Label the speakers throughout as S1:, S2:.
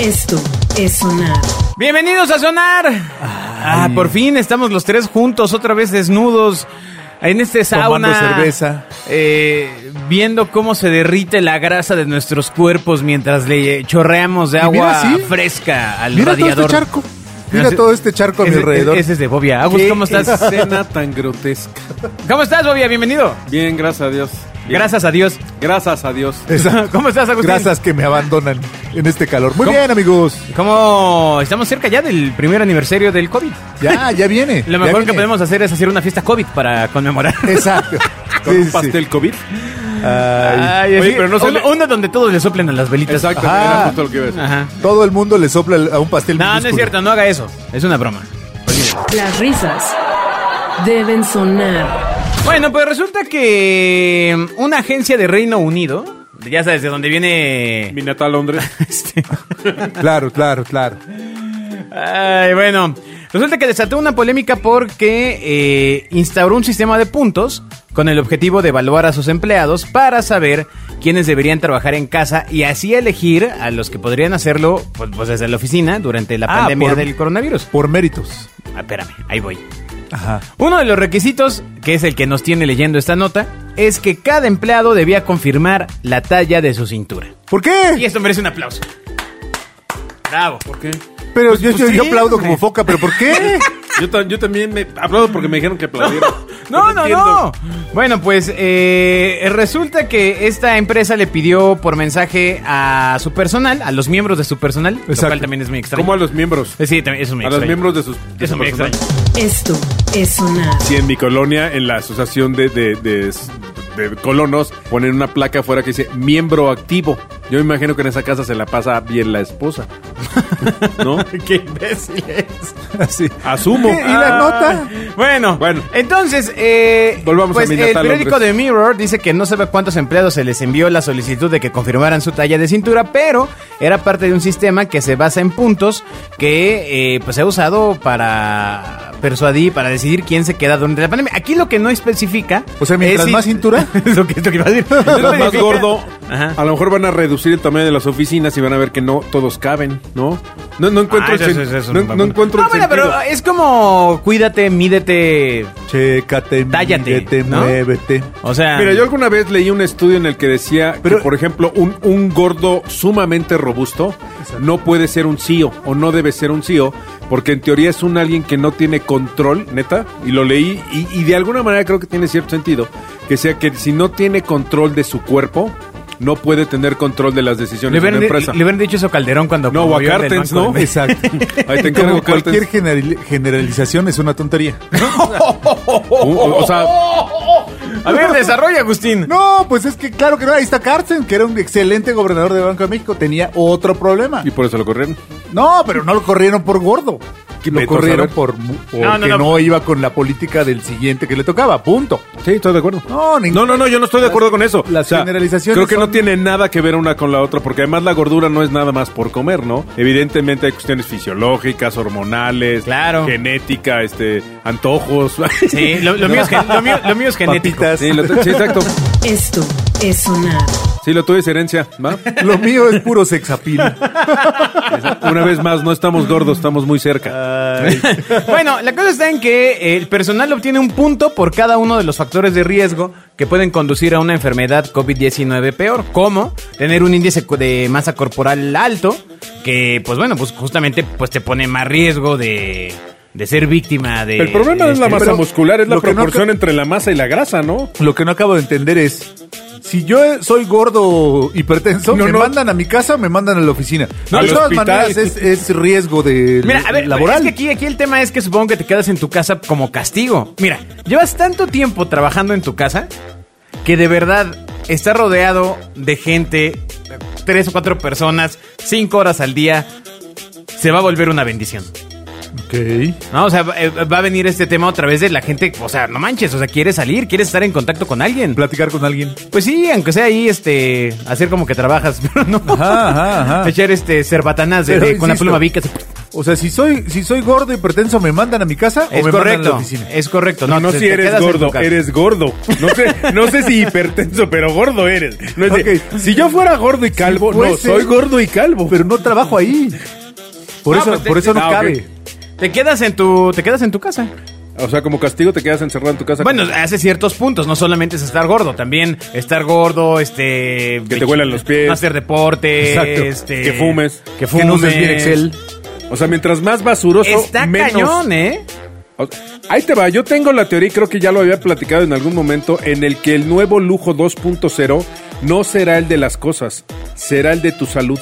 S1: Esto es sonar.
S2: Bienvenidos a Sonar. Ah, por fin estamos los tres juntos, otra vez desnudos, en este sauna.
S3: Tomando cerveza.
S2: eh, viendo cómo se derrite la grasa de nuestros cuerpos mientras le chorreamos de
S3: Y mira
S2: agua
S3: así.
S2: fresca al
S3: Mira
S2: radiador.
S3: todo este charco. Mira todo este charco a mi
S2: Ese-
S3: alrededor.
S2: Ese es de Bobia. Agus,
S4: ¿Qué
S2: ¿cómo estás?
S4: escena tan grotesca.
S2: ¿Cómo estás, Bobia? Bienvenido.
S4: Bien, gracias a Dios. Bien.
S2: Gracias a Dios.
S4: Gracias a Dios.
S3: Esa-
S2: ¿Cómo estás, Agustín?
S3: Gracias que me abandonan en este calor. Muy
S2: ¿Cómo?
S3: bien, amigos.
S2: ¿Cómo estamos cerca ya del primer aniversario del COVID?
S3: Ya, ya viene.
S2: Lo
S3: ya
S2: mejor que
S3: viene.
S2: podemos hacer es hacer una fiesta COVID para conmemorar.
S3: Exacto.
S4: Con
S3: Sí,
S4: un
S3: sí.
S4: pastel COVID.
S3: Ay,
S2: Ay,
S4: Oye,
S2: así,
S4: pero no se
S2: uno,
S4: le-
S2: uno donde todos le soplen a las velitas.
S4: Exacto,
S3: Ajá.
S4: era justo lo que iba a decir.
S2: Ajá.
S3: Todo el mundo le sopla a un pastel.
S2: No, no es
S3: minúsculo.
S2: cierto, no haga eso. Es una broma.
S1: Las risas deben sonar.
S2: Bueno, pues resulta que mm, una agencia de Reino Unido, ya sabes de dónde viene...
S4: Mi natal Londres.
S2: este,
S3: Claro, claro, claro.
S2: Ay, bueno. Resulta que desató una polémica porque eh, instauró un sistema de puntos con el objetivo de evaluar a sus empleados para saber quiénes deberían trabajar en casa y así elegir a los que podrían hacerlo pues, pues, desde la oficina durante la
S3: Ah,
S2: pandemia
S3: por-
S2: del coronavirus.
S3: Por méritos.
S2: Ah, espérame, ahí voy.
S3: Ajá.
S2: Uno de los requisitos, que es el que nos tiene leyendo esta nota, es que cada empleado debía confirmar la talla de su cintura.
S3: ¿Por
S2: Y
S3: qué?
S2: esto merece un aplauso. Bravo.
S4: ¿Por qué?
S3: Pero yo, yo-
S2: pues
S3: yo
S2: sí,
S3: aplaudo
S2: hombre.
S3: como foca, pero ¿por qué?
S4: Yo, ta- yo también me aplaudo porque me dijeron que aplaudiera.
S2: No, no,
S4: entiendo.
S2: no. Bueno, pues eh, resulta que esta empresa le pidió por mensaje a su personal, a los miembros de su personal, lo
S3: Exacto.
S2: cual también es muy extraño.
S4: Como a los miembros.
S2: Eh, Sí, también eso es muy
S4: A los
S2: extraño.
S4: miembros de sus. de
S2: Eso
S4: su
S2: me
S4: personal.
S2: extraña.
S1: Esto es sonar.
S4: Sí, en mi colonia, en la asociación de, de, de- de colonos, ponen una placa afuera que dice miembro activo. Yo me imagino que en esa casa se la pasa bien la esposa. ¿No?
S2: Qué imbéciles.
S3: Así. Ah.
S4: Asumo.
S3: ¿Qué? ¿Y la nota?
S2: Bueno, bueno.
S4: Bueno.
S2: Entonces, eh,
S4: Volvamos a
S2: pues,
S4: mi
S2: el
S4: natal
S2: periódico
S4: Londres.
S2: de Mirror dice que no sabe cuántos empleados se les envió la solicitud de que confirmaran su talla de cintura, pero era parte de un sistema que se basa en puntos que eh, pues se ha usado para persuadir, para decidir quién se queda durante la pandemia. Aquí lo que no especifica,
S3: O sea, mientras
S2: es si-
S3: más cintura.
S2: es lo que, es lo que iba a decir. No
S4: Mientras más
S2: especifica-
S4: gordo,
S2: Ajá.
S4: a lo mejor van a reducir el tamaño de las oficinas y van a ver que no todos caben, ¿no? No, no encuentro
S2: Ah,
S4: el
S2: eso,
S4: sen-
S2: eso, eso,
S4: no,
S2: mamá.
S4: no encuentro
S2: No,
S4: el
S2: bueno, pero
S4: sentido.
S2: es como cuídate, mídete,
S3: Chécate,
S2: Tállate,
S3: mídete,
S2: ¿no?
S3: muévete.
S2: o sea,
S4: Mira, yo alguna vez leí un estudio en el que decía
S3: Pero-
S4: que, por ejemplo, un, un gordo sumamente robusto no puede ser un CEO o no debe ser un CEO, porque en teoría es un alguien que no tiene control, neta, y lo leí, y, y de alguna manera creo que tiene cierto sentido, que sea que si no tiene control de su cuerpo, no puede tener control de las
S2: le
S4: decisiones de
S2: hubieran,
S4: la empresa.
S2: le hubieran dicho eso a Calderón cuando
S4: No,
S2: promovió el del
S4: Aguacartens,
S2: Banco de
S4: ¿no?
S2: México.
S3: Exacto.
S4: Ahí te encargo
S3: Como cualquier
S4: Cartens.
S3: generali- generalización es una tontería.
S4: Un- o- o sea,
S2: A ver, desarrolla, Agustín.
S3: No, pues es que claro que no. Ahí está Carsten, que era un excelente gobernador de Banco de México. Tenía otro problema.
S4: Y por eso lo corrieron.
S3: No, pero no lo corrieron por gordo.
S4: ¿Qué
S3: Lo
S4: vete a
S3: corrieron
S4: saber?
S3: por mu- porque
S2: No,
S3: no,
S2: no, no.
S3: iba con la política del siguiente que le tocaba. Punto.
S4: Sí, estoy de acuerdo.
S3: No, ningún-
S4: No, no, no, yo no estoy de
S3: Las-
S4: acuerdo con eso.
S3: las generalizaciones
S4: Creo que no
S3: son-
S4: tiene nada que ver una con la otra, porque además la gordura no es nada más por comer, ¿no? Evidentemente hay cuestiones fisiológicas, hormonales,
S2: Claro.
S4: genética, este, antojos.
S2: Sí, lo, lo mío, es, gen- lo mío- lo mío es genético.
S3: Papitas.
S4: Sí, lo tu- sí, exacto.
S1: Esto es sonar.
S4: Sí, lo tuve es herencia, ¿va?
S3: Lo mío es puro sexapil.
S4: Una vez más, no estamos gordos, estamos muy cerca.
S2: bueno, la cosa está en que eh, el personal obtiene un punto por cada uno de los factores de riesgo que pueden conducir a una enfermedad COVID-19 peor, como tener un índice cu- de masa corporal alto, que pues bueno, pues justamente pues te pone más riesgo de, de ser víctima de...
S4: El problema
S2: de
S4: es la
S2: este-
S4: masa
S3: pero
S4: muscular, es la
S3: lo que no
S4: proporción
S3: ca-
S4: entre la masa y la grasa, ¿no?
S3: Lo que no acabo de entender es. Si yo soy gordo hipertenso,
S4: No,
S3: me
S4: no.
S3: mandan a mi casa, me mandan a la oficina. de
S4: No, al
S3: todas
S4: hospital.
S3: maneras es, es riesgo de
S2: Mira, a ver,
S3: laboral.
S2: es que aquí, aquí el tema es que supongo que te quedas en tu casa como castigo. Mira, llevas tanto tiempo trabajando en tu casa que de verdad estás rodeado de gente, tres o cuatro personas, cinco horas al día, se va a volver una bendición.
S3: Ok.
S2: No, o sea, va eh, va a venir este tema otra vez de la gente, o sea, no manches, o sea, quieres salir, quieres estar en contacto con alguien.
S3: Platicar con alguien.
S2: Pues sí, aunque sea ahí, este, hacer como que trabajas, pero no.
S3: Ajá, ajá, ajá.
S2: Echar este cerbatanas de-
S3: Pero
S2: de- con la
S3: insisto,
S2: pluma vica.
S3: O sea, si soy, si soy gordo y pretenso, ¿me mandan a mi casa o
S2: Es
S3: me mandan a la
S2: correcto,
S3: oficina?
S2: es correcto.
S4: No, no
S2: te-
S4: si
S2: te
S4: eres
S2: quedas en tu
S4: gordo,
S2: casa.
S4: eres gordo. No sé, no sé si hipertenso, pero gordo eres. No es de,
S3: Ok.
S4: Si yo fuera gordo y calvo, no,
S3: fuese-
S4: soy gordo y calvo.
S3: Pero no trabajo ahí. Por
S2: No,
S3: eso,
S2: pues,
S3: por
S2: te-
S3: eso no
S4: ah, ok.
S3: cabe.
S2: Te quedas en tu, te quedas en tu casa.
S4: O sea, como castigo te quedas encerrado en tu casa.
S2: Bueno, hace ciertos puntos, no solamente es estar gordo, también estar gordo, este...
S4: Que te huelan los pies.
S2: No hacer deporte,
S4: Exacto.
S2: este...
S4: Que fumes.
S2: Que
S3: Que
S2: fumes.
S3: no uses bien Excel.
S4: o sea, mientras más basuroso,
S2: Está
S4: menos.
S2: cañón, ¿eh?
S4: O- Ahí te va, yo tengo la teoría y creo que ya lo había platicado en algún momento en el que el nuevo lujo 2.0 no será el de las cosas, será el de tu salud.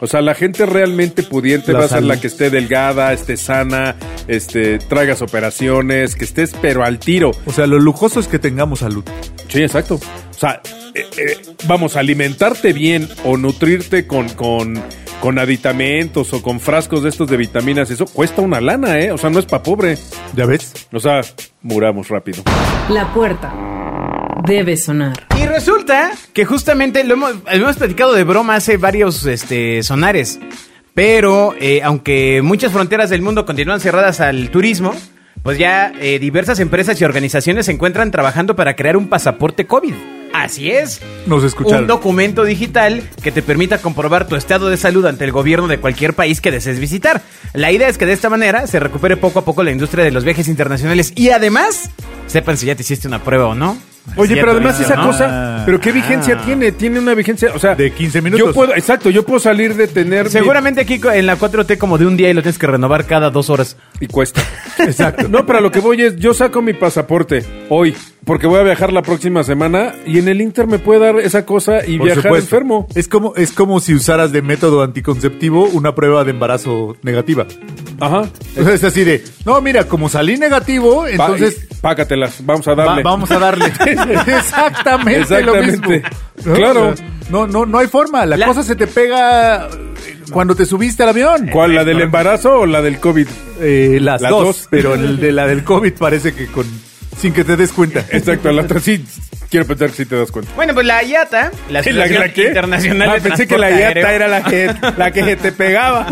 S4: O sea, la gente realmente pudiente
S3: La
S4: va a ser
S3: salud.
S4: la que esté delgada, esté sana, este, traigas operaciones, que estés pero al tiro.
S3: O sea, lo lujoso es que tengamos salud.
S4: Sí, exacto. O sea, eh, eh, vamos, alimentarte bien o nutrirte con, con, con aditamentos o con frascos de estos de vitaminas, eso cuesta una lana, ¿eh? O sea, no es para pobre.
S3: ¿Ya ves?
S4: O sea, muramos rápido.
S1: La puerta debe sonar.
S2: Y resulta que justamente lo hemos, lo hemos platicado de broma hace varios este, sonares. Pero eh, aunque muchas fronteras del mundo continúan cerradas al turismo, pues ya eh, diversas empresas y organizaciones se encuentran trabajando para crear un pasaporte COVID. Así es.
S3: Nos escucharon.
S2: Un documento digital que te permita comprobar tu estado de salud ante el gobierno de cualquier país que desees visitar. La idea es que de esta manera se recupere poco a poco la industria de los viajes internacionales y además sepan si ya te hiciste una prueba o no.
S4: Oye,
S2: Si ya
S4: pero
S2: tuviste
S4: además
S2: o
S4: esa
S2: no.
S4: cosa, pero qué vigencia tiene, tiene una vigencia, o sea,
S3: Ah. De 15 minutos.
S4: Yo puedo, exacto, yo puedo salir de tener mi-
S2: Seguramente aquí co- en la 4T como de un día y lo tienes que renovar cada dos horas.
S4: y cuesta. Exacto. No, pero a lo que voy es, yo saco mi pasaporte hoy, porque voy a viajar la próxima semana y en el Inter me puede dar esa cosa y
S3: Por
S4: viajar
S3: supuesto.
S4: enfermo.
S3: Es como, es como si usaras de método anticonceptivo una prueba de embarazo negativa.
S4: Ajá.
S3: O sea, es así de, no, mira, como salí negativo, entonces
S4: Entonces, pácatelas, vamos a
S3: va-
S4: darle.
S3: vamos a darle. Exactamente, lo mismo.
S4: Exactamente.
S3: ¿No?
S4: Claro.
S3: O sea, No, no, no hay forma. La,
S2: La-
S3: cosa se te pega eh, cuando te subiste al avión.
S4: ¿Cuál, la del embarazo o la del COVID?
S3: Eh, las,
S4: Las
S3: dos,
S4: dos.
S3: pero el de la del COVID parece que con sin que te des cuenta.
S4: Exacto, la otra sí, quiero pensar que sí te das cuenta.
S2: Bueno, pues la IATA, la
S4: ¿La,
S2: Asociación
S4: la qué?
S2: Internacional
S4: Ah,
S2: de
S4: pensé que la
S2: Transporte
S4: IATA
S2: Aéreo,
S4: era la que, la que te pegaba.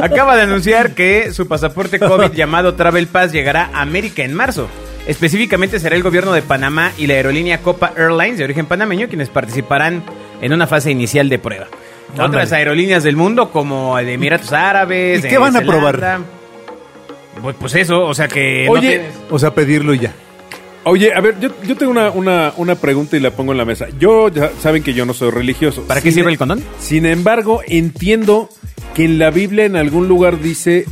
S2: acaba de anunciar que su pasaporte COVID llamado Travel Pass llegará a América en marzo. Específicamente será el gobierno de Panamá y la aerolínea Copa Airlines de origen panameño quienes participarán en una fase inicial de prueba. Otras
S3: Ándale.
S2: aerolíneas del mundo como de Emiratos Árabes.
S3: ¿Y
S2: de
S3: qué van a
S2: Zelanda.
S3: probar?
S2: Pues, pues eso, o sea que... no
S4: Oye,
S2: tienes-
S3: O sea, pedirlo y ya.
S4: Oye, a ver, yo, yo tengo una, una, una pregunta y la pongo en la mesa. Yo, ya saben que yo no soy religioso.
S2: ¿Para qué
S4: Sin- em-
S2: sirve el condón?
S4: Sin embargo, entiendo que en la Biblia en algún lugar dice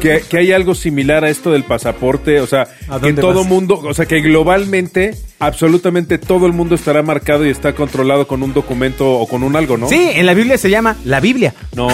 S4: que, que hay algo similar a esto del pasaporte, o sea,
S3: ¿A
S4: que en
S3: dónde
S4: todo
S3: vas?
S4: mundo, o sea, que globalmente, absolutamente todo el mundo estará marcado y está controlado con un documento o con un algo, ¿no?
S2: Sí, en la Biblia se llama la Biblia.
S4: No,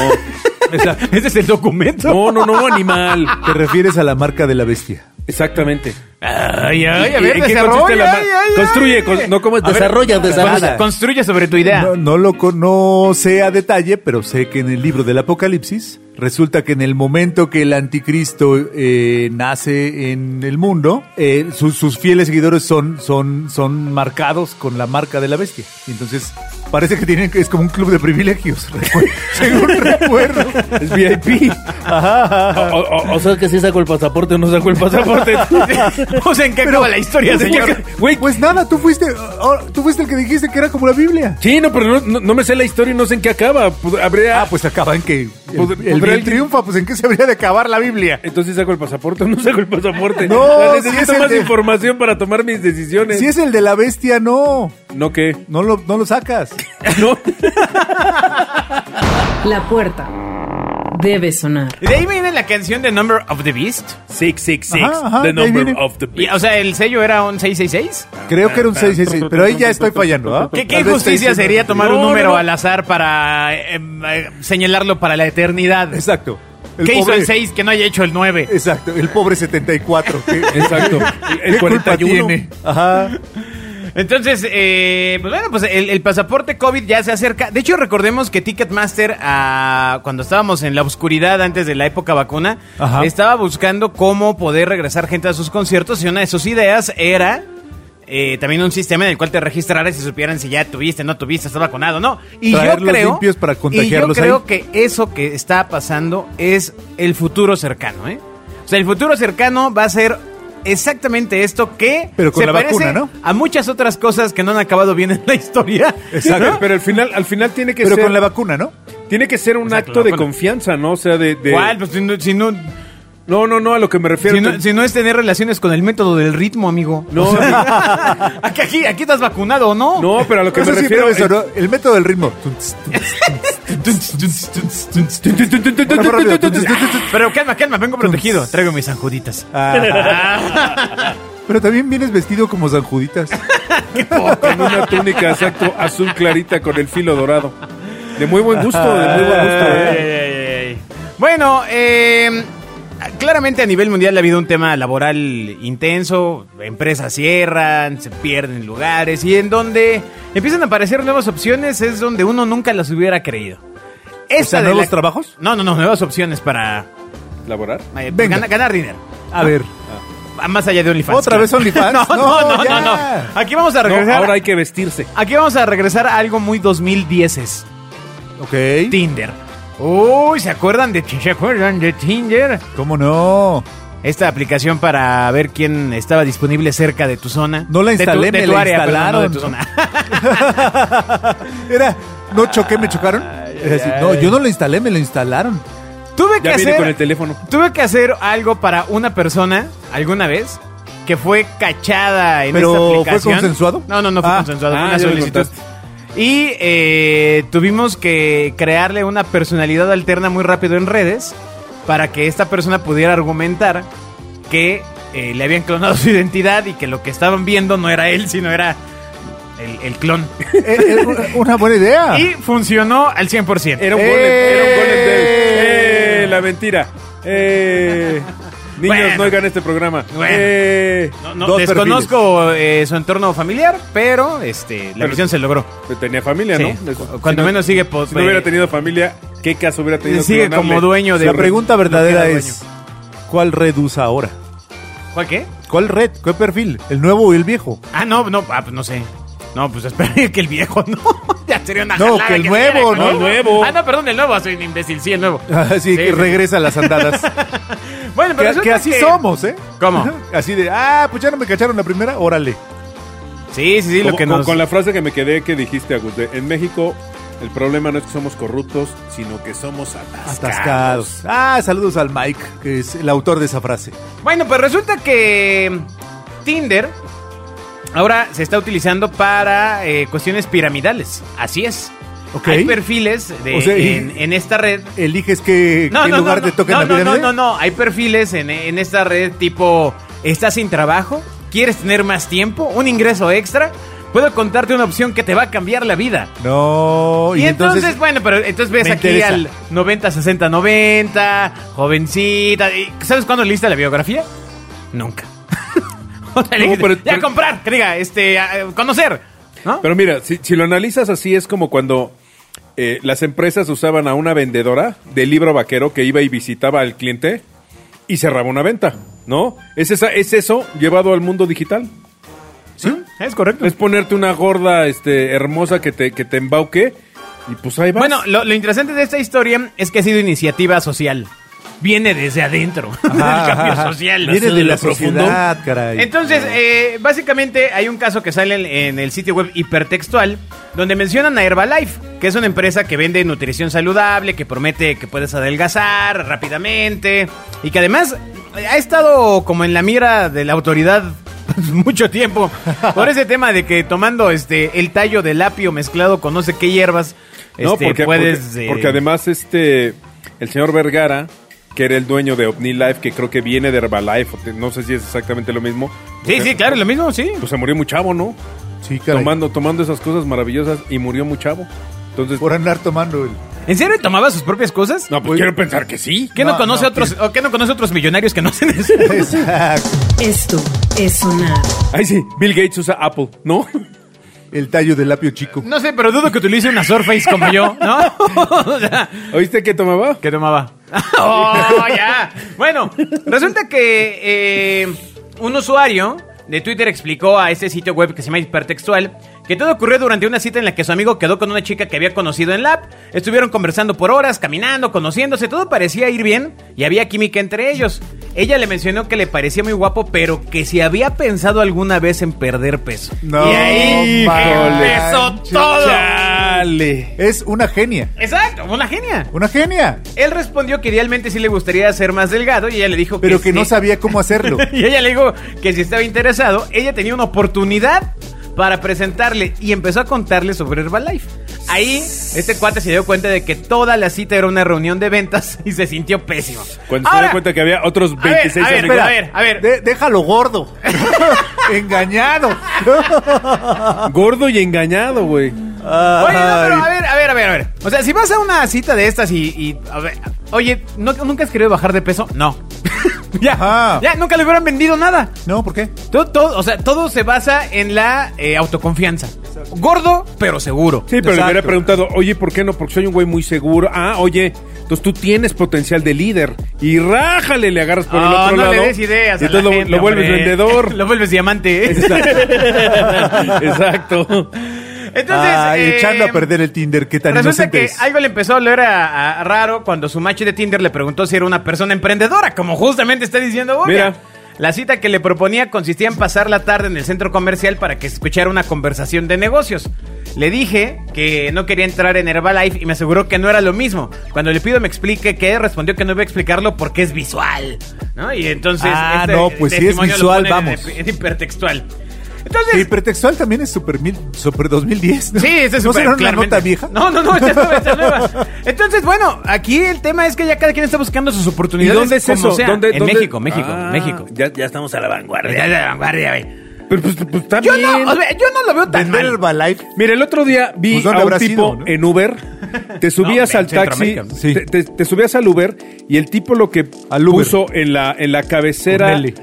S2: Ese es el documento.
S4: no, no, no, animal.
S3: Te refieres a la marca de la bestia.
S4: Exactamente.
S2: Ay, ay, a
S4: ¿Y- y
S2: ver,
S4: qué consiste
S2: desarrolla.
S4: la
S2: ay,
S4: mar-
S2: ay,
S4: Construye,
S2: ay.
S4: cons- no como
S2: A ver,
S4: desarrolla,
S2: cons-
S4: desarrolla.
S2: Construye sobre tu idea.
S3: No, no lo con- no sé a detalle, pero sé que en el libro del Apocalipsis resulta que en el momento que el anticristo eh, nace en el mundo, eh, sus, sus fieles seguidores son, son, son marcados con la marca de la bestia. Y Entonces parece que tienen es como un club de privilegios, recu- según recuerdo.
S4: Es VIP.
S3: Ajá, ajá.
S5: O, o- o sea, que sí sacó el pasaporte o no sacó el pasaporte.
S2: o sea, ¿en qué acaba la historia, señor?
S4: Güey,
S3: Pues nada, tú fuiste, oh, tú fuiste el que dijiste que era como la Biblia.
S4: sí, no, pero no, no- no me sé la historia y no sé en qué acaba. Pod- Habría,
S3: Ah, pues acaba en que el,
S4: Pod-
S3: el bien
S4: podría el-
S3: triunfa, pues en qué se habría de acabar la Biblia.
S4: Entonces saco el pasaporte o no saco el pasaporte.
S3: No,
S4: O sea,
S3: si
S4: necesito
S3: es el
S4: más
S3: de-
S4: información para tomar mis decisiones.
S3: Si es el de la bestia, no.
S4: No qué.
S3: No lo, no lo sacas.
S4: No.
S1: La puerta debe sonar.
S2: Y de ahí viene la canción de Number of the Beast.
S4: Six, six, six.
S3: Ajá, ajá,
S4: the
S3: ahí
S4: number
S3: viene.
S4: of the
S2: Y,
S4: beast.
S2: o sea, el sello era un 666.
S3: Creo que era un 666, pero ahí ya estoy fallando. ¿ah?
S2: ¿Qué, qué
S3: Tal vez
S2: injusticia
S3: 666.
S2: sería tomar un
S4: No, no,
S2: número
S4: no.
S2: al azar para eh, eh, señalarlo para la eternidad?
S3: Exacto. El
S2: ¿Qué hizo
S3: pobre-
S2: el 6 que no haya hecho el 9?
S3: Exacto, el pobre 74. ¿Qué,
S4: Exacto. El
S3: ¿qué culpa
S4: 41.
S3: tiene? Ajá.
S2: Entonces, eh, pues bueno, pues el, el pasaporte COVID ya se acerca. De hecho, recordemos que Ticketmaster, ah, cuando estábamos en la oscuridad antes de la época vacuna,
S3: Ajá.
S2: estaba buscando cómo poder regresar gente a sus conciertos y una de sus ideas era eh, también un sistema en el cual te registraras y supieran si ya tuviste, no tuviste, estás vacunado, no. Y yo
S3: Traerlos
S2: creo.
S3: limpios para contagiarlos
S2: y yo creo
S3: ahí.
S2: que eso que está pasando es el futuro cercano, ¿eh? O sea, el futuro cercano va a ser exactamente esto que
S3: Pero con
S2: se
S3: la
S2: parece
S3: vacuna, ¿no?
S2: a muchas otras cosas que no han acabado bien en la historia.
S4: Exacto.
S2: ¿no?
S4: Pero al final, al final tiene que
S3: Pero
S4: ser.
S3: con la vacuna, ¿no?
S4: tiene que ser un
S2: Exacto,
S4: acto
S2: la
S4: de
S2: vacuna.
S4: confianza, ¿no? O sea, de. de-
S2: ¿Cuál? Pues si no, si no,
S4: No, no, no, a lo que me refiero.
S2: si no- si no es tener relaciones con el método del ritmo, amigo.
S4: No,
S2: O sea, aquí, aquí, aquí estás vacunado o no.
S4: no, pero a lo que
S3: Eso
S4: me
S3: sí,
S4: refiero
S3: pero
S4: es.
S3: eso, ¿no? El método del ritmo. Bueno, más rápido.
S2: Pero calma, calma, vengo protegido. Traigo mis anjuditas.
S3: Ah. Pero también vienes vestido como San Juditas.
S4: Con una túnica, exacto, azul clarita con el filo dorado. De muy buen gusto, de muy buen gusto. ¿eh?
S2: Bueno, eh, claramente a nivel mundial ha habido un tema laboral intenso, empresas cierran, se pierden lugares y en donde empiezan a aparecer nuevas opciones es donde uno nunca las hubiera creído. Esta
S3: sea,
S2: de
S3: ¿nuevos trabajos?
S2: No, no, no, nuevas opciones para
S4: ¿Laborar?
S2: eh,
S3: Venga.
S2: ganar, ganar dinero.
S3: A ver,
S2: Ah, Más allá de OnlyFans.
S3: ¿Otra vez OnlyFans?
S2: no, no,
S3: No,
S2: no, no,
S3: ya.
S2: no. Aquí vamos a
S4: No,
S2: regresar.
S4: ahora hay que vestirse.
S2: Aquí vamos a regresar a algo muy 2010
S3: ok.
S2: Tinder. Uy, ¿se acuerdan de ¿se acuerdan de Tinder?
S3: ¿Cómo no?
S2: Esta aplicación para ver quién estaba disponible cerca de tu zona.
S3: No la
S2: De tu-
S3: instalé,
S2: de
S3: me
S2: tu
S3: la
S2: área, perdón, no de tu
S3: instalaron.
S2: zona.
S3: Era, no choqué, me chocaron. Era así, no, yo no lo instalé, me lo instalaron.
S2: tuve que
S4: Ya viene con el
S2: hacer
S4: teléfono.
S2: tuve que hacer algo para una persona alguna vez que fue cachada en
S3: ¿Pero
S2: esta
S3: fue
S2: aplicación.
S3: consensuado?
S2: No, no, no fue
S3: Ah.
S2: consensuado, fue
S4: Ah,
S2: una
S4: ya me
S2: solicitud. Y eh, tuvimos que crearle una personalidad alterna muy rápido en redes para que esta persona pudiera argumentar que eh, le habían clonado su identidad y que lo que estaban viendo no era él, sino era el, el clon.
S3: Eh, eh, una- una buena idea.
S2: Y funcionó al 100%.
S4: Era un
S3: ¡Eh!
S4: golem, era un golem de- ¡Eh! La mentira. ¡Eh! Niños,
S2: Bueno.
S4: no oigan este programa.
S2: Bueno.
S4: ¡Eh!
S2: No, no,
S3: Dos
S2: desconozco eh, su entorno familiar, pero este, la
S4: Pero-
S2: misión se logró.
S4: Pero Tenía familia,
S2: Sí.
S4: ¿no?
S2: Cu- cuando menos sigue, pues,
S4: Si no hubiera
S2: eh,
S4: tenido familia, ¿qué caso hubiera tenido?
S2: sigue
S4: clonarle?
S2: como dueño de-
S3: La pregunta verdadera
S2: no queda
S3: es, ¿cuál red usa ahora?
S2: ¿Cuál qué?
S3: ¿Cuál red? ¿Cuál perfil? ¿El nuevo o el viejo?
S2: Ah, no, no, ah, pues no sé. No, pues espera que el viejo, no. Ya sería una
S3: No,
S2: jalada
S3: que el
S2: se
S3: nuevo,
S2: diera,
S3: ¿no?
S4: El nuevo.
S2: Ah, no, perdón, el nuevo, soy un imbécil, sí, el nuevo.
S3: Así
S2: Sí,
S3: que
S2: sí.
S3: regresa a las andadas. Que-
S2: Bueno, pero
S3: que,
S2: resulta
S3: así
S2: que-
S3: somos, ¿eh?
S2: ¿Cómo?
S3: Así de, ah, pues ya no me cacharon la primera, órale.
S2: Sí, sí, sí, lo
S4: Como-
S2: que
S4: con,
S2: nos...
S4: con la frase que me quedé que dijiste, Agus, de, en México el problema no es que somos corruptos, sino que somos atascados.
S3: Atascados. Ah, saludos al Mike, que es el autor de esa frase.
S2: Bueno, pues resulta que Tinder ahora se está utilizando para eh, cuestiones piramidales. Así es.
S3: Ok.
S2: Hay perfiles de-
S3: O sea, y-
S2: en, en esta red.
S3: Eliges qué,
S2: No,
S3: qué
S2: no,
S3: lugar
S2: no,
S3: te toca
S2: no,
S3: en la
S2: no,
S3: vida.
S2: no, no, no. Hay perfiles en, en esta red tipo, ¿estás sin trabajo? ¿Quieres tener más tiempo? ¿Un ingreso extra? Puedo contarte una opción que te va a cambiar la vida.
S3: No,
S2: Y, entonces, bueno, pero entonces ves
S3: me
S2: aquí
S3: interesa.
S2: al 90, 60, 90, jovencita. y- ¿Sabes cuándo leíste la biografía? Nunca. O sea, leíste,
S4: pero-
S2: ya
S4: pero-
S2: comprar, que diga, este, a- a conocer, ¿no?
S4: Pero mira, si, si lo analizas así, es como cuando eh, las empresas usaban a una vendedora de libro vaquero que iba y visitaba al cliente y cerraba una venta, ¿no? Es, esa, es eso llevado al mundo digital.
S2: sí, es correcto.
S4: Es ponerte una gorda este, hermosa que te, que te embauque y pues ahí vas.
S2: Bueno, lo, lo interesante de esta historia es que ha sido iniciativa social. Viene desde adentro,
S3: Ajá,
S2: del cambio
S3: ajá.
S2: social.
S3: Viene
S2: Así
S3: de
S2: lo
S3: la sociedad, caray.
S2: Entonces, eh, básicamente hay un caso que sale en, en el sitio web hipertextual donde mencionan a Herbalife, que es una empresa que vende nutrición saludable, que promete que puedes adelgazar rápidamente y que además eh, ha estado como en la mira de la autoridad mucho tiempo por ese tema de que tomando este el tallo del apio mezclado con no sé qué hierbas
S4: No,
S2: este,
S4: porque,
S2: puedes
S4: porque-
S2: eh,
S4: porque además este el señor Vergara, que era el dueño de OmniLife, que creo que viene de Herbalife, o te- no sé si es exactamente lo mismo.
S2: Sí,
S4: Pues,
S2: sí,
S4: eh,
S2: claro, es lo mismo, sí.
S4: Pues se murió muy chavo, ¿no?
S3: sí, caray,
S4: Tomando, tomando esas cosas maravillosas y murió muy chavo. Entonces,
S3: por andar tomando el...
S2: ¿En serio tomaba sus propias cosas?
S4: no, pues
S3: Oye.
S4: quiero pensar que sí.
S2: ¿Qué no,
S3: No,
S2: conoce
S3: no,
S2: otros o qué no conoce otros millonarios que no hacen eso?
S3: Exacto.
S1: Esto es sonar.
S4: Ay, sí, Bill Gates usa Apple, ¿no?
S3: El tallo del lapio chico.
S2: No sé, pero dudo que utilice una Surface como yo, ¿no? O sea,
S4: ¿Oíste qué tomaba?
S2: ¿Qué tomaba? ¡Oh, ya! Bueno, resulta que eh, un usuario de Twitter explicó a este sitio web que se llama Hipertextual que todo ocurrió durante una cita en la que su amigo quedó con una chica que había conocido en la app. Estuvieron conversando por horas, caminando, conociéndose, todo parecía ir bien y había química entre ellos. Ella le mencionó que le parecía muy guapo, pero que si había pensado alguna vez en perder peso.
S3: No
S2: y ahí
S3: manches.
S2: empezó todo.
S5: Chale.
S3: Es una genia.
S2: Exacto, una genia.
S3: Una genia.
S2: Él respondió que idealmente sí le gustaría ser más delgado y ella le dijo
S3: Pero que no
S2: sí.
S3: sabía cómo hacerlo.
S2: Y ella le dijo que si estaba interesado, ella tenía una oportunidad para presentarle y empezó a contarle sobre Herbalife. Ahí, este cuate se dio cuenta de que toda la cita era una reunión de ventas y se sintió pésimo.
S4: Cuando se
S2: Ahora,
S4: dio cuenta que había otros
S2: ver,
S4: 26
S2: a ver,
S4: amigos.
S2: espera. a ver.
S3: De- déjalo gordo. Engañado.
S4: Gordo y engañado, güey.
S2: Oye, no, pero a ver, a ver, a ver, a ver. O sea, si vas a una cita de estas y. y, a ver, oye, ¿no- ¿nunca has querido bajar de peso? No. ya,
S3: Ajá.
S2: ya, nunca le hubieran vendido nada.
S3: No, ¿por qué?
S2: Todo, todo- o sea, todo se basa en la eh, autoconfianza. Gordo, pero seguro.
S4: Sí, pero le hubiera
S3: Exacto.
S4: preguntado, oye, ¿por qué no? Porque soy un güey muy seguro. Ah, oye, entonces tú tienes potencial de líder. Y rájale, le agarras por el
S2: No,
S4: otro
S2: Ah, no
S4: lado.
S2: le des ideas.
S4: Y
S2: a la
S4: entonces lo,
S2: gente,
S4: lo vuelves
S2: hombre.
S4: vendedor.
S2: lo vuelves diamante. ¿eh?
S4: Exacto.
S2: Entonces.
S3: Ay,
S2: eh,
S3: echando a perder el Tinder, qué tan
S2: Resulta
S3: inocente
S2: que
S3: es.
S2: algo le empezó a oler a, a raro cuando su macho de Tinder le preguntó si era una persona emprendedora, como justamente está diciendo Bobia.
S4: Mira.
S2: La cita que le proponía consistía en pasar la tarde en el centro comercial para que escuchara una conversación de negocios. Le dije que no quería entrar en Herbalife y me aseguró que no era lo mismo. Cuando le pido me explique qué, respondió que no iba a explicarlo porque es visual. ¿no? Y entonces. este
S3: Ah, no, pues si es
S2: testimonio lo
S3: visual,
S2: ponen en-
S3: vamos.
S2: en hipertextual. Entonces,
S3: Hipertextual también es super, mil, super 2010. ¿no?
S2: Sí, ese es súper,
S3: ¿No será una
S2: claramente.
S3: nota vieja?
S2: No, no, no, esta es nueva, esta es nueva. Entonces, bueno, aquí el tema es que ya cada quien está buscando sus
S4: ¿Y
S2: oportunidades.
S4: dónde es
S2: como
S4: eso?
S2: sea.
S4: ¿Dónde-
S2: en
S4: dónde-
S2: México, México,
S4: Ah,
S2: México.
S5: Ya, ya estamos a la vanguardia.
S2: Ya la vanguardia, güey.
S4: Pero pues, pues está
S2: Yo
S4: bien.
S2: no, o sea, yo no lo veo tan
S3: Vender
S2: mal.
S3: Herbalife.
S4: Mira, el otro día vi
S3: Pues, ¿dónde
S4: a un
S3: habrá
S4: tipo
S3: sido, no?
S4: en Uber, te subías
S2: No,
S4: al
S2: en
S4: taxi,
S2: Centroamérica, ¿no?
S3: Sí.
S4: te, te- te subías al Uber y el tipo lo que
S3: Al Uber.
S4: puso en la, en la
S3: Con
S4: cabecera
S3: L.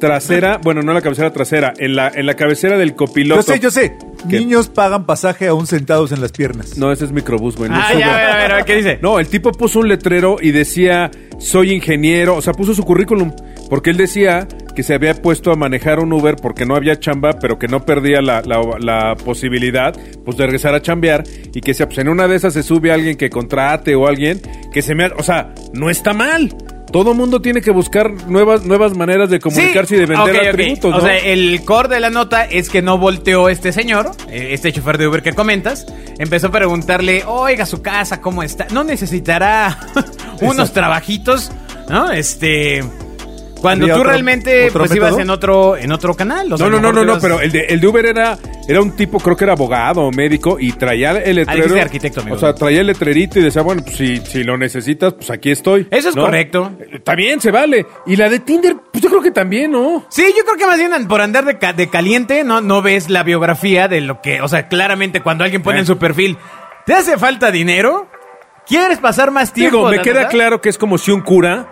S4: trasera, bueno, no en la cabecera trasera, en la, en la cabecera del copiloto.
S3: Yo sé, yo sé.
S4: ¿Qué?
S3: Niños pagan pasaje aún sentados en las piernas.
S4: No, ese es microbús, güey. no
S2: Ah,
S4: es
S2: ya, a
S4: Uber.
S2: ver, a ver, a ver, ¿qué dice?
S4: No, el tipo puso un letrero y decía, soy ingeniero, o sea, puso su currículum, porque él decía que se había puesto a manejar un Uber porque no había chamba, pero que no perdía la, la- la posibilidad pues, de regresar a chambear y que si pues, en una de esas se sube alguien que contrate o alguien que se me... O sea, no está mal. Todo mundo tiene que buscar nuevas, nuevas maneras de comunicarse
S2: Sí,
S4: y de vender
S2: ok, ok.
S4: atributos,
S2: O
S4: ¿no?
S2: sea, el core de la nota es que no volteó este señor, eh, este chofer de Uber que comentas. Empezó a preguntarle, oiga, su casa, ¿cómo está? ¿No necesitará unos trabajitos? ¿No? Este... Cuando
S3: ¿Había
S2: tú
S3: otro-
S2: realmente
S3: otro
S2: pues
S3: método?
S2: ibas en otro, en otro canal. o sea,
S4: No,
S2: a lo
S4: no, no,
S2: mejor
S4: no, no,
S2: ibas-
S4: pero eh, el de, el de Uber era, era un tipo, creo que era abogado o médico, y traía el letrero.
S2: dijiste arquitecto, amigo.
S4: O sea, traía el letrerito y decía, bueno, pues si, si lo necesitas, pues aquí estoy.
S2: Eso es
S4: ¿no?
S2: correcto.
S4: Eh, También se vale. Y la de Tinder, pues yo creo que también, ¿no?
S2: Sí, yo creo que más bien por andar de, ca- de caliente no, no ves la biografía de lo que, o sea, claramente cuando alguien
S4: Eh.
S2: pone en su perfil, ¿te hace falta dinero? ¿Quieres pasar más tiempo?
S4: Digo, me
S2: la
S4: queda
S2: verdad?
S4: claro que es como si un cura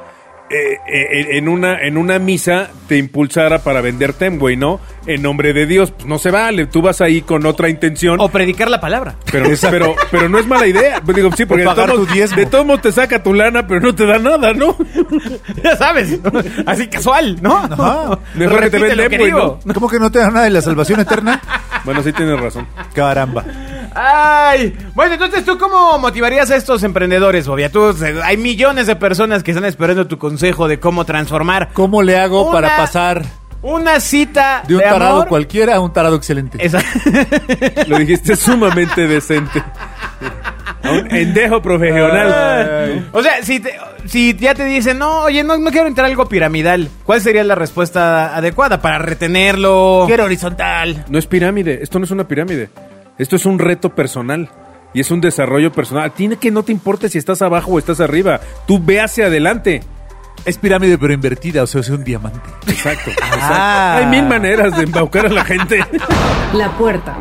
S4: eh, eh, en, una, en una misa te impulsara para venderte, güey, ¿no? En nombre de Dios, pues no se vale. Tú vas ahí con otra intención.
S2: O predicar la palabra.
S4: Pero, pero, pero no es mala idea. Pues Digo, sí, porque de
S3: pagar
S4: todos,
S3: tu diezmo.
S4: de todos modos te saca tu lana, pero no te da nada, ¿no?
S2: Ya sabes, así casual, ¿no?
S3: Ajá.
S4: Mejor que
S2: Repite
S4: te venden,
S2: lo que
S4: güey,
S2: digo.
S3: ¿Cómo que no te dan nada de la salvación eterna?
S4: Bueno, sí tienes razón.
S3: Caramba.
S2: Ay, bueno, entonces tú cómo motivarías a estos emprendedores, Bobia? Tú, se- hay millones de personas que están esperando tu consejo de cómo transformar
S3: ¿Cómo le hago
S2: Una-
S3: para pasar
S2: una cita
S3: de un tarado
S2: amor-
S3: cualquiera a un tarado excelente?
S2: Esa-
S4: Lo dijiste sumamente decente. A un endejo profesional.
S2: O sea, si, te- si ya te dicen, no, oye, no, no quiero entrar a algo piramidal, ¿cuál sería la respuesta adecuada para retenerlo?
S5: Quiero horizontal.
S4: No es pirámide, esto no es una pirámide. Esto es un reto personal. Y es un desarrollo personal. Tiene que no te importe si estás abajo o estás arriba. Tú ve hacia adelante.
S3: Es pirámide pero invertida, o sea, es un diamante.
S4: Exacto.
S3: Ah.
S4: Hay mil maneras de embaucar a la gente.
S1: La puerta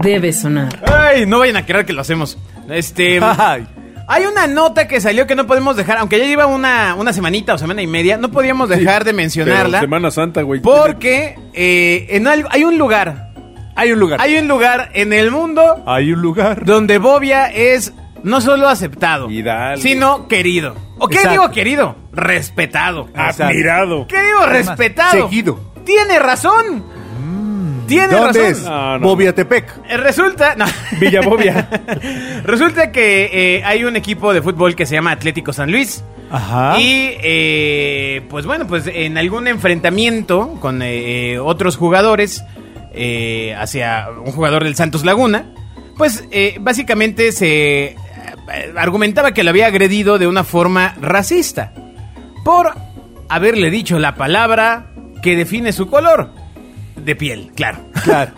S1: debe sonar.
S2: Ay, no vayan a creer que lo hacemos. Este.
S3: Ay.
S2: Hay una nota que salió que no podemos dejar, aunque ya lleva una, una semanita o semana y media, no podíamos dejar de
S4: Pero
S2: mencionarla.
S4: Semana Santa, güey.
S2: Porque eh, en algo- hay un lugar,
S3: Hay un lugar.
S2: hay un lugar en el mundo
S3: Hay un lugar.
S2: donde Bobia es no solo aceptado,
S4: Y dale.
S2: sino querido. ¿O qué
S3: Exacto.
S2: digo querido? Respetado.
S4: Ah,
S3: Exacto.
S4: Admirado.
S2: ¿Qué digo? Respetado.
S3: Seguido.
S2: tiene razón. Tiene
S3: ¿Dónde
S2: razón.
S3: es?
S4: No, no.
S3: Bobiatepec.
S2: Eh, Resulta. no.
S4: Villabobia.
S2: Resulta que eh, hay un equipo de fútbol que se llama Atlético San Luis.
S3: Ajá.
S2: Y eh, pues bueno, pues en algún enfrentamiento con eh, otros jugadores eh, hacia un jugador del Santos Laguna, pues eh, básicamente se eh, argumentaba que lo había agredido de una forma racista por haberle dicho la palabra que define su color de piel, claro.
S3: Claro.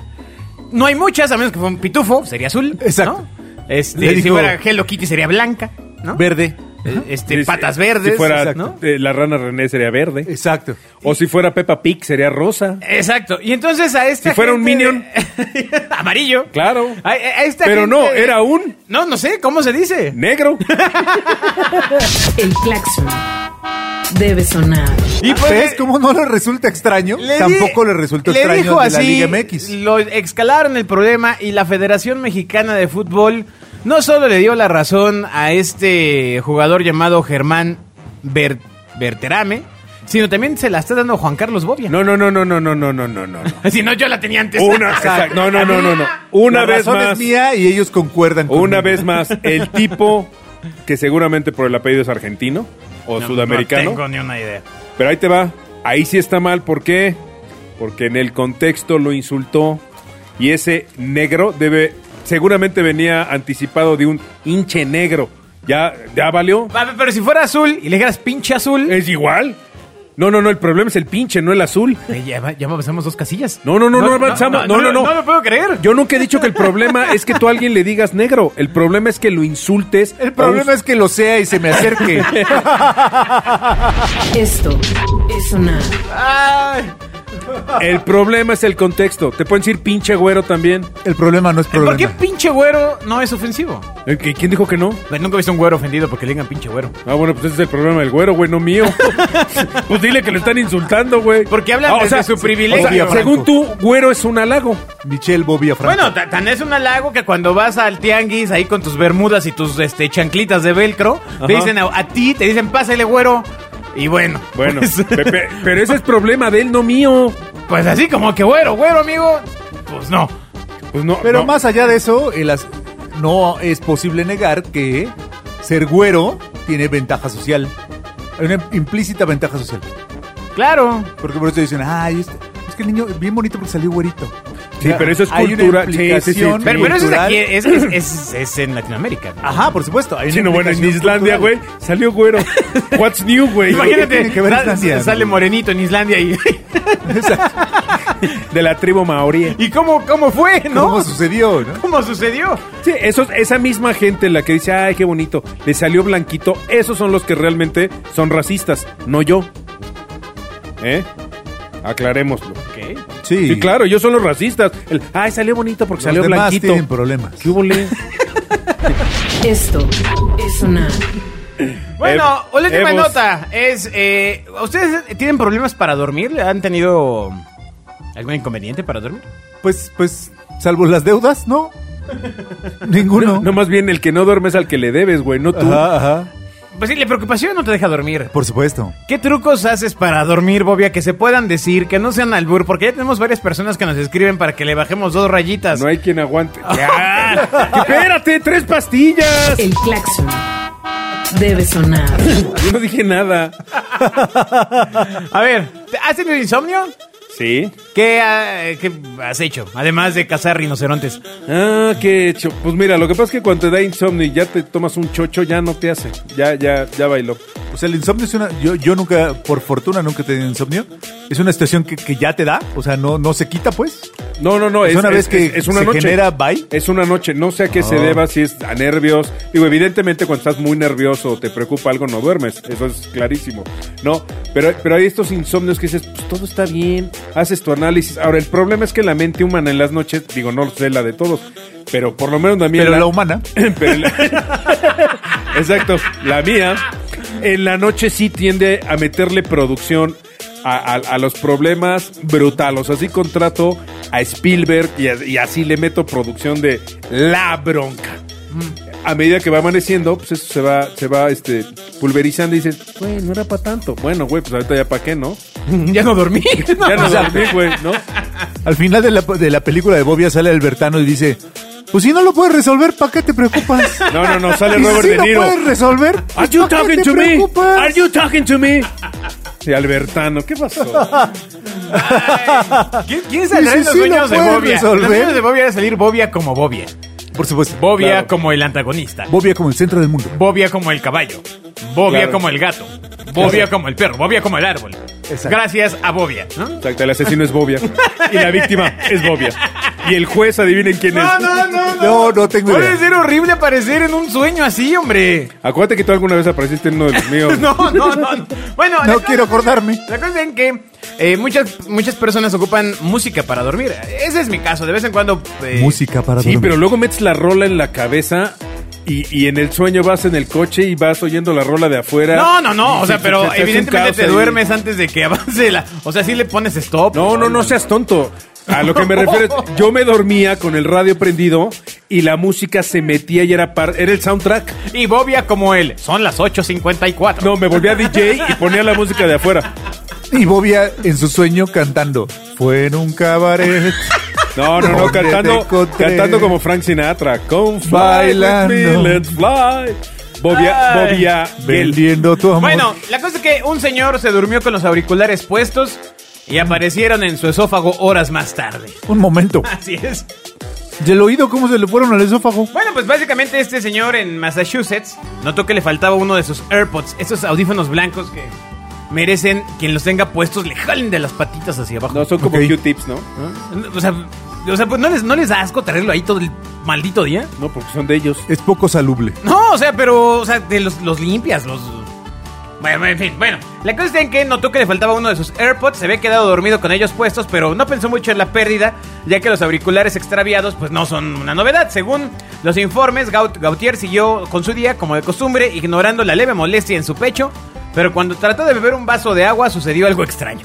S2: No hay muchas, a menos que fuera un pitufo, sería azul.
S3: Exacto.
S2: ¿no? Este,
S3: Le
S2: si
S3: dijo-
S2: fuera Hello Kitty sería blanca, ¿no?
S3: Verde.
S2: Eh, Este,
S4: Sí, sí.
S2: patas verdes.
S4: Si fuera
S2: ¿no?
S4: eh, la rana René sería verde.
S3: Exacto.
S4: O si fuera Peppa Pig sería rosa.
S2: Exacto. Y entonces a este.
S4: Si fuera un Minion.
S2: Amarillo.
S4: Claro.
S2: A, a esta
S4: Pero no,
S2: gente-
S4: era un
S2: No, no sé, ¿cómo se dice?
S4: negro.
S1: El claxon debe sonar.
S2: Y pues,
S3: ¿Ves
S2: le-
S3: cómo no le resulta extraño?
S2: le di-
S3: Tampoco le resultó
S2: le
S3: extraño
S2: dijo
S3: de la
S2: así,
S3: Liga MX.
S2: Lo escalaron el problema y la Federación Mexicana de Fútbol no solo le dio la razón a este jugador llamado Germán Ber- Berterame, sino también se la está dando Juan Carlos Bobia.
S4: No, no, no, no, no, no, no, no, no, no.
S2: Si no, yo la tenía antes.
S4: Una, exacto. No, no, no, no, no. Una
S3: La
S4: vez
S3: razón
S4: más.
S3: es mía y ellos concuerdan con
S4: Una vez más, el tipo que seguramente por el apellido es argentino o
S2: No,
S4: sudamericano.
S2: No tengo ni una idea.
S4: Pero ahí te va. Ahí sí está mal. ¿Por qué? Porque en el contexto lo insultó. Y ese negro debe. Seguramente venía anticipado de un hinche negro. Ya, ya valió.
S2: A ver, Pero si fuera azul y le dijeras pinche azul.
S4: Es igual. No, no, no. El problema es el pinche, no el azul.
S2: Eh, Ya, va- ya avanzamos dos casillas.
S4: No, no, no, no avanzamos. No, no, no.
S2: No lo puedo creer.
S4: Yo nunca he dicho que el problema es que tú a alguien le digas negro. El problema es que lo insultes.
S3: El problema es que lo sea y se me acerque.
S1: Esto es sonar.
S2: Ay,
S4: El problema es el contexto. Te pueden decir pinche güero también.
S3: El problema no es
S2: ¿Por qué
S3: problema.
S2: pinche güero no es ofensivo?
S4: Eh, ¿qué- ¿Quién dijo que no?
S2: Pues nunca he visto un güero ofendido porque le digan pinche güero.
S4: Ah, bueno, pues ese es el problema del güero, güey, no mío. pues dile que lo están insultando, güey.
S2: Porque hablan desde su
S4: se-
S2: privilegio.
S4: o sea, según tú, güero es un halago.
S3: Michelle Bobia Franco.
S2: Bueno, ta- tan es un halago que cuando vas al tianguis ahí con tus bermudas y tus este, chanclitas de velcro, te dicen a, a ti, te dicen pásale güero. Y bueno,
S4: Bueno,
S2: pues,
S4: Pepe, pero ese es problema de él, no mío.
S2: pues así como que güero, güero, amigo. Pues no.
S4: Pues no.
S3: Pero
S4: no.
S3: más allá de eso, el as- no es posible negar que ser güero tiene ventaja social. Hay una implícita ventaja social.
S2: Claro.
S3: Porque por eso dicen, ay, este- es que el niño es bien bonito porque salió güerito.
S4: Sí, pero eso es
S3: Hay una
S4: cultura. Sí, sí, sí.
S3: implicación
S2: Pero, pero eso es
S3: cultural.
S2: aquí, es, es- es- es en Latinoamérica. ¿no?
S3: Ajá, por supuesto. Hay
S4: Sí,
S3: una
S4: no, bueno, en
S3: implicación
S4: Islandia, güey,
S3: cultural.
S4: salió güero. What's new, güey?
S2: Imagínate,
S3: tiene que ver
S2: sa-
S3: Islandia,
S2: sale
S3: güey?
S2: morenito en Islandia y,
S3: Exacto.
S4: De la tribu maorí.
S2: y cómo, cómo fue, ¿no?
S3: ¿Cómo sucedió, no?
S2: ¿Cómo sucedió?
S4: Sí, esos, esa misma gente la que dice, ay, qué bonito, le salió blanquito, esos son los que realmente son racistas, no yo. ¿Eh? Aclarémoslo.
S3: Sí.
S4: Sí, claro, ellos son los racistas. El, ay, salió bonito porque
S3: Los
S4: salió
S3: demás
S4: blanquito.
S3: tienen problemas.
S4: ¿Qué hubo, le?
S1: Esto es sonar.
S2: Bueno,
S4: Ev-
S2: última
S4: Evos.
S2: nota es, eh, ¿ustedes tienen problemas para dormir? ¿Han tenido algún inconveniente para dormir?
S3: Pues, pues, salvo las deudas, ¿no? Ninguno.
S4: No, más bien el que no duerme es al que le debes, güey, no tú.
S3: Ajá, ajá.
S2: Pues sí, la preocupación no te deja dormir.
S3: Por supuesto.
S2: ¿Qué trucos haces para dormir, Bobia, que se puedan decir, que no sean albur? Porque ya tenemos varias personas que nos escriben para que le bajemos dos rayitas.
S4: No hay quien aguante. Ya. Espérate, tres pastillas.
S1: El claxon debe sonar.
S4: Yo no dije nada.
S2: A ver, ¿te- ¿has tenido insomnio?
S4: Sí.
S2: ¿Qué, ah, qué has hecho? Además de cazar rinocerontes.
S4: Ah, qué hecho. Pues mira, lo que pasa es que cuando te da insomnio y ya te tomas un chocho, ya no te hace. Ya, ya, ya bailó.
S3: O sea, el insomnio es una. Yo, yo nunca, por fortuna, nunca he tenido insomnio. Es una situación que, que ya te da. O sea, no, no se quita, pues.
S4: No, no, no.
S3: Es una vez que
S4: es una
S3: se
S4: noche.
S3: genera bye.
S4: Es una noche. No sé a qué se
S3: Ah.
S4: deba, si es a nervios. Digo, evidentemente cuando estás muy nervioso o te preocupa algo, no duermes. Eso es clarísimo. No, pero, pero hay estos insomnios que dices, pues todo está bien. Haces tu análisis. Ahora, el problema es que la mente humana en las noches, digo, no sé la de todos, pero por lo menos la mía.
S3: Pero
S4: la-
S3: la humana.
S4: Pero el- Exacto, la mía. En la noche sí tiende a meterle producción a, a- a los problemas brutales. así contrato a Spielberg y, a- y así le meto producción de la bronca. A medida que va amaneciendo, pues eso se va, se va este, pulverizando y dices, güey, no era para tanto. Bueno, güey, pues ahorita ya para qué, ¿no?
S2: ya no dormí. No.
S4: Ya no dormí, güey, ¿no?
S3: Al final de la, de la película de Bobia sale Albertano y dice: Pues si no lo puedes resolver, ¿para qué te preocupas?
S4: No, no, no, sale
S3: Y
S4: Robert
S3: si
S4: De Niro.
S3: no puedes resolver,
S4: Are
S3: pues,
S4: you
S3: ¿pa' qué
S4: talking
S3: te
S4: to me?
S3: preocupas?
S4: Are you talking to me? Y Albertano, ¿qué pasó?
S2: ¿Quién, quién saldrá
S3: Sí,
S2: en los
S3: sí, lo
S2: dueños de
S3: pueden
S2: Bobia?
S3: resolver.
S2: Los dueños de Bobia era salir Bobia como Bobia.
S3: Por supuesto.
S2: Bobia
S3: Claro.
S2: como el antagonista.
S3: Bobia como el centro del mundo.
S2: Bobia como el caballo. Bobia
S4: Claro.
S2: como el gato. Bobia como el perro. Bobia como el árbol.
S3: Exacto.
S2: Gracias a Bobia, ¿no?
S4: Exacto, el asesino es Bobia. Y la víctima es Bobia. Y el juez, adivinen quién es.
S2: no,
S3: No, no tengo
S2: Puede
S3: idea.
S2: ser horrible aparecer en un sueño así, hombre.
S4: Acuérdate que tú alguna vez apareciste en uno de los míos.
S2: No, no, no. no. Bueno, la
S3: No
S2: cosa-
S3: quiero acordarme.
S2: La cosa es que eh, muchas, muchas personas ocupan música para dormir. Ese es mi caso. De vez en cuando. eh,
S3: Música para
S4: Sí,
S3: dormir.
S4: pero luego metes la rola en la cabeza y, y en el sueño vas en el coche y vas oyendo la rola de afuera.
S2: No, no, no.
S4: Y
S2: O sea,
S4: se- se-
S2: pero
S4: se hace un
S2: evidentemente
S4: caos
S2: te
S4: ahí.
S2: duermes antes de que avance la. O sea, sí le pones stop.
S4: No, no, no seas tonto. A lo que me refiero, es, yo me dormía con el radio prendido y la música se metía y era, par- era el soundtrack.
S2: Y Bobia como él. Son las 8.54.
S4: No, me volvía DJ y ponía la música de afuera.
S3: Y Bobia en su sueño cantando. Fue en un cabaret.
S4: No, no, no,
S3: Donde te
S4: cantando,
S3: encontré.
S4: cantando como Frank Sinatra. Con fly
S3: Bailando.
S4: with me, let's fly. Bobia,
S2: Ay.
S4: Bobia, Gel.
S3: vendiendo tu amor.
S2: Bueno, la cosa es que un señor se durmió con los auriculares puestos y aparecieron en su esófago horas más tarde.
S3: Un momento.
S2: Así es.
S3: ¿Del oído cómo se le fueron al esófago?
S2: Bueno, pues básicamente este señor en Massachusetts notó que le faltaba uno de sus AirPods, esos audífonos blancos que merecen quien los tenga puestos le jalen de las patitas hacia abajo.
S4: No, son como
S3: Ok.
S4: Q-tips, ¿no?
S2: O sea, o sea, pues no les, no les da asco traerlo ahí todo el maldito día.
S4: No, porque son de ellos.
S3: Es poco salubre.
S2: No, o sea, pero, o sea, te los, los limpias, los... Bueno, en fin, bueno. La cosa es en que notó que le faltaba uno de sus AirPods, se había quedado dormido con ellos puestos, pero no pensó mucho en la pérdida, ya que los auriculares extraviados pues no son una novedad. Según los informes, Gaut- Gautier siguió con su día como de costumbre, ignorando la leve molestia en su pecho, pero cuando trató de beber un vaso de agua sucedió algo extraño.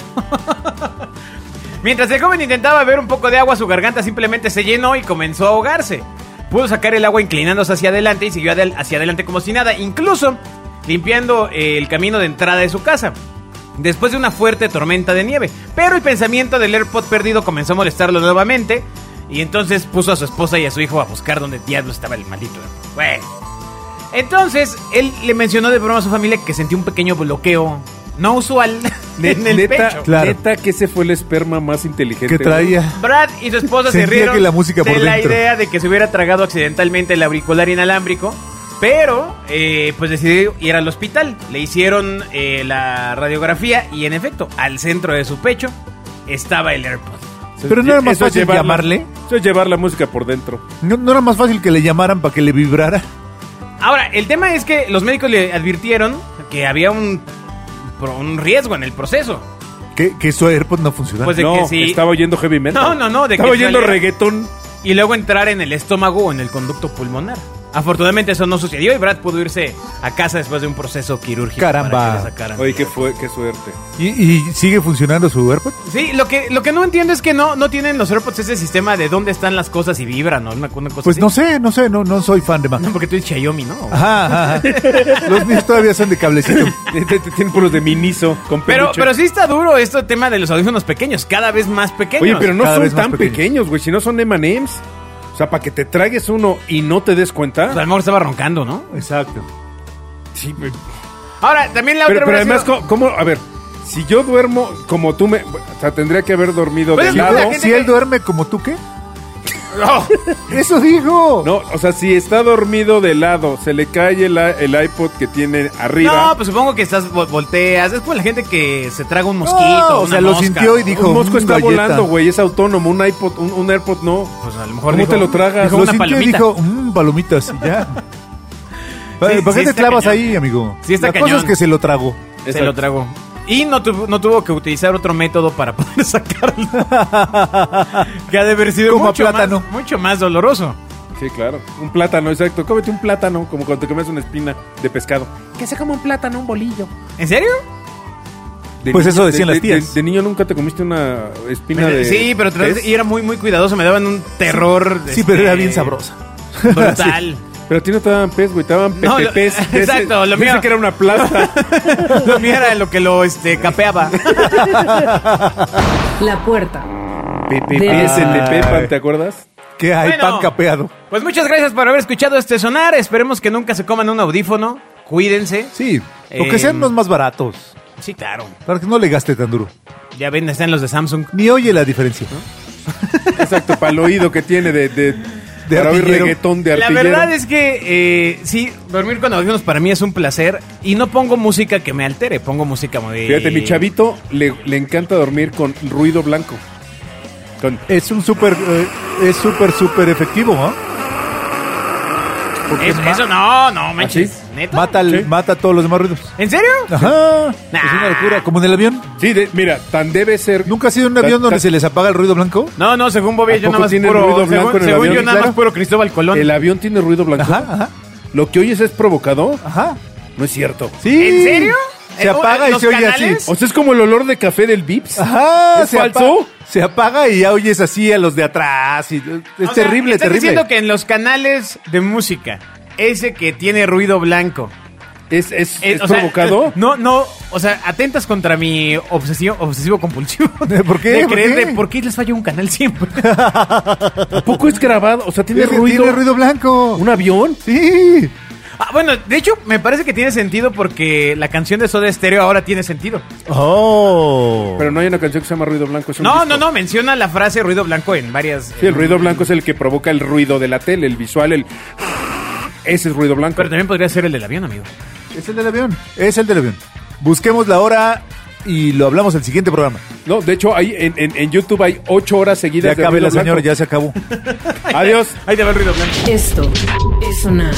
S2: Mientras el joven intentaba beber un poco de agua, su garganta simplemente se llenó y comenzó a ahogarse. Pudo sacar el agua inclinándose hacia adelante y siguió adel- hacia adelante como si nada, incluso limpiando eh, el camino de entrada de su casa. Después de una fuerte tormenta de nieve. Pero el pensamiento del AirPod perdido comenzó a molestarlo nuevamente. Y entonces puso a su esposa y a su hijo a buscar donde diablo estaba el maldito. AirPod. Bueno. Entonces, él le mencionó de broma a su familia que sentía un pequeño bloqueo no usual
S4: Ne-
S2: en el
S4: neta,
S2: pecho.
S3: Claro.
S4: neta que ese fue el esperma más inteligente.
S3: Que traía.
S2: Brad y su esposa se
S3: Sentía
S2: rieron
S3: que la música
S2: de
S3: por
S2: la
S3: dentro.
S2: idea de que se hubiera tragado accidentalmente el auricular inalámbrico, pero eh, pues decidió ir al hospital. Le hicieron eh, la radiografía y en efecto, al centro de su pecho estaba el AirPod.
S4: güey.
S3: Pero no era más
S4: Eso es
S3: fácil
S4: llevar la-
S3: llamarle.
S4: Eso es llevar la música por dentro.
S3: ¿No, no era más fácil que le llamaran para que le vibrara?
S2: Ahora, el tema es que los médicos le advirtieron que había un, pro- un riesgo en el proceso.
S3: Que, que su AirPod no funcionaba.
S2: Pues de
S4: no,
S2: que sí.
S4: estaba oyendo heavy metal.
S2: No, no, no, de
S4: estaba
S2: que
S4: oyendo
S2: saliera.
S4: reggaetón.
S2: y luego entrar en el estómago o en el conducto pulmonar. Afortunadamente eso no sucedió y Brad pudo irse a casa después de un proceso quirúrgico. para
S3: Caramba.
S2: que le sacaran.
S4: Oye, qué, fue, qué suerte.
S3: ¿Y, y sigue funcionando su AirPod?
S2: Sí, lo que, lo que no entiendo es que no, no tienen los AirPods ese sistema de dónde están las cosas y vibran o una, una cosa
S3: Pues
S2: así.
S3: no sé, no sé, no, no soy fan de más.
S2: No, porque tú eres Xiaomi, ¿no?
S3: Ajá, ajá. Los míos todavía son de cablecito.
S4: Tienen puros de miniso con
S2: Pero,
S4: peluche.
S2: pero sí está duro este tema de los audífonos pequeños, cada vez más pequeños.
S4: Oye, pero no
S3: Cada
S4: son
S3: vez más
S4: tan
S3: pequeños.
S4: pequeños, güey. Si no son M&M's. O sea, para que te tragues uno y no te
S2: Pues
S4: des
S2: a
S4: cuenta.
S2: lo mejor estaba roncando, ¿no?
S3: Exacto.
S4: Sí, güey.
S2: Ahora, también la
S4: pero,
S2: otra
S4: pero
S2: hubiera
S4: además,
S2: sido-
S4: ¿cómo, cómo- A ver, si yo duermo como tú me... O sea, tendría que haber dormido
S2: Pues
S4: de
S2: es que
S4: lado.
S2: la gente-
S3: Si él duerme como tú, ¿qué?
S2: Oh,
S4: No,
S3: ¡Eso dijo!
S4: No, o sea, si está dormido de lado, se le cae el, el iPod que tiene arriba.
S2: No, pues supongo que estás vol- volteas. Es como la gente que se traga un mosquito.
S3: o
S2: una
S3: sea, lo
S2: mosca.
S3: sintió y dijo.
S4: un mosco
S3: "Mm,
S4: está
S3: galleta".
S4: volando, güey, es autónomo. Un iPod, un, un AirPod no.
S2: Pues a lo mejor
S4: ¿Cómo
S2: dijo-
S4: te lo tragas?
S2: dijo
S3: Lo
S2: una
S3: sintió y
S2: palomita.
S3: dijo, mmm, palomitas, y ya. ¿Para,
S2: Sí,
S3: para
S2: sí
S3: qué te
S2: está
S3: clavas
S2: cañón.
S3: ahí, amigo?
S2: Sí está
S3: La cosa
S2: cañón.
S3: es que se lo trago.
S2: Se lo tragó. Y no, tu- no tuvo que utilizar otro método para poder sacarlo. que ha de haber sido
S3: Como a
S2: mucho,
S3: plátano.
S2: Más, mucho más doloroso.
S4: Sí, claro. Un plátano, exacto. Cómete un plátano, como cuando te comes una espina de pescado.
S5: Que se como un plátano, un bolillo.
S2: ¿En serio?
S4: De
S3: Pues eso
S4: de-
S3: decían
S4: de-
S3: las
S4: de-
S3: tías.
S4: De, niño nunca te comiste una espina de.
S2: sí, pero tras-
S4: pez?
S2: y era muy, muy cuidadoso. Me daban un terror. este,
S3: Sí, pero era bien sabrosa.
S2: Brutal.
S4: Pero a ti no te daban pez, güey, te daban
S2: No, lo-
S4: pepepes. De ese-
S2: exacto, lo
S4: de ese
S2: mío.
S4: que era una plasta.
S2: Lo mío era lo que lo este, capeaba.
S1: La puerta.
S4: Pepepes, el de Pepan, ¿te acuerdas?
S3: ¿Qué hay?
S2: Bueno.
S3: Pan capeado.
S2: Pues muchas gracias por haber escuchado este sonar. Esperemos que nunca se coman un audífono. Cuídense.
S3: Sí, o
S2: Eh,
S3: que sean los más baratos,
S2: Sí, claro.
S3: para que no le gaste tan duro.
S2: Ya ven, están los de Samsung.
S3: Ni oye la diferencia.
S4: Exacto, para el oído que tiene de, de,
S3: De
S4: para oír
S3: artillero.
S4: reggaetón de
S2: La
S4: artillero.
S2: verdad es que eh, sí, dormir con audífonos para mí es un placer y no pongo música que me altere, pongo música muy...
S4: Fíjate, mi chavito le, le encanta dormir con ruido blanco. Con,
S3: Es un súper, eh, es súper, súper efectivo, ¿ah? ¿no?
S4: porque
S2: Es-
S4: ma-
S2: eso no, no, manches.
S4: ¿Así?
S2: ¿Neta?
S3: Mata, al-
S4: Sí.
S3: mata a todos los demás ruidos.
S2: ¿En serio?
S3: Ajá, es
S2: Nah.
S3: una locura, como en el avión.
S4: Sí, de- mira, tan debe ser.
S3: ¿Nunca has ido en un
S4: Ta-
S3: avión donde
S4: ta-
S3: se les apaga el ruido blanco?
S2: No, no, según Bobby,
S4: ¿A
S2: yo nada
S4: poco
S2: más
S4: tiene
S2: puro...
S4: ruido blanco
S2: según
S4: en el
S2: según
S4: avión?
S2: yo nada
S4: Claro.
S2: más puro Cristóbal Colón.
S4: El avión tiene ruido blanco.
S3: Ajá, ajá,
S4: Lo que oyes es provocador.
S3: ajá.
S4: No es cierto.
S3: Sí.
S2: ¿En serio?
S3: Se
S2: ¿Eh,
S3: apaga y
S2: los
S3: se oye
S2: canales?
S3: así.
S4: O sea, es como el olor de café del Vips.
S3: Ajá,
S4: ¿Es
S3: se apa-
S4: falso?
S3: se apaga y ya oyes así a los de atrás. y- es
S2: O sea,
S3: terrible,
S2: estás
S3: terrible.
S2: diciendo que en los canales de música, ese que tiene ruido blanco...
S4: Es, es,
S2: eh,
S4: es
S2: o sea,
S4: provocador.
S2: no, no, o sea, atentas contra mi obsesivo, obsesivo compulsivo.
S3: ¿Por qué?
S2: De
S3: ¿Por
S2: creer
S3: qué?
S2: de por qué les falla un canal siempre.
S4: Tampoco es grabado. O sea, tiene
S3: Tiene-
S4: ruido.
S3: Tiene ruido blanco.
S4: ¿Un avión?
S3: Sí.
S2: Ah, bueno, de hecho, me parece que tiene sentido porque la canción de Soda Stereo ahora tiene sentido.
S3: Oh.
S4: Pero no hay una canción que se llama Ruido Blanco. es un
S2: No,
S4: disco.
S2: no, no, menciona la frase ruido blanco en varias.
S4: Sí, el ruido blanco es el que provoca el ruido de la tele, el visual, el. Ese es ruido blanco.
S2: Pero también podría ser el del avión, amigo.
S3: Es el del avión. Es el del avión. Busquemos la hora y lo hablamos el siguiente programa.
S4: No, de hecho, hay, en, en- en YouTube hay ocho horas seguidas
S3: Ya
S4: de
S3: acabe
S4: ruido
S3: la señora,
S4: blanco.
S3: ya se acabó.
S4: Adiós.
S2: Ahí te va el ruido blanco.
S1: Esto es sonar.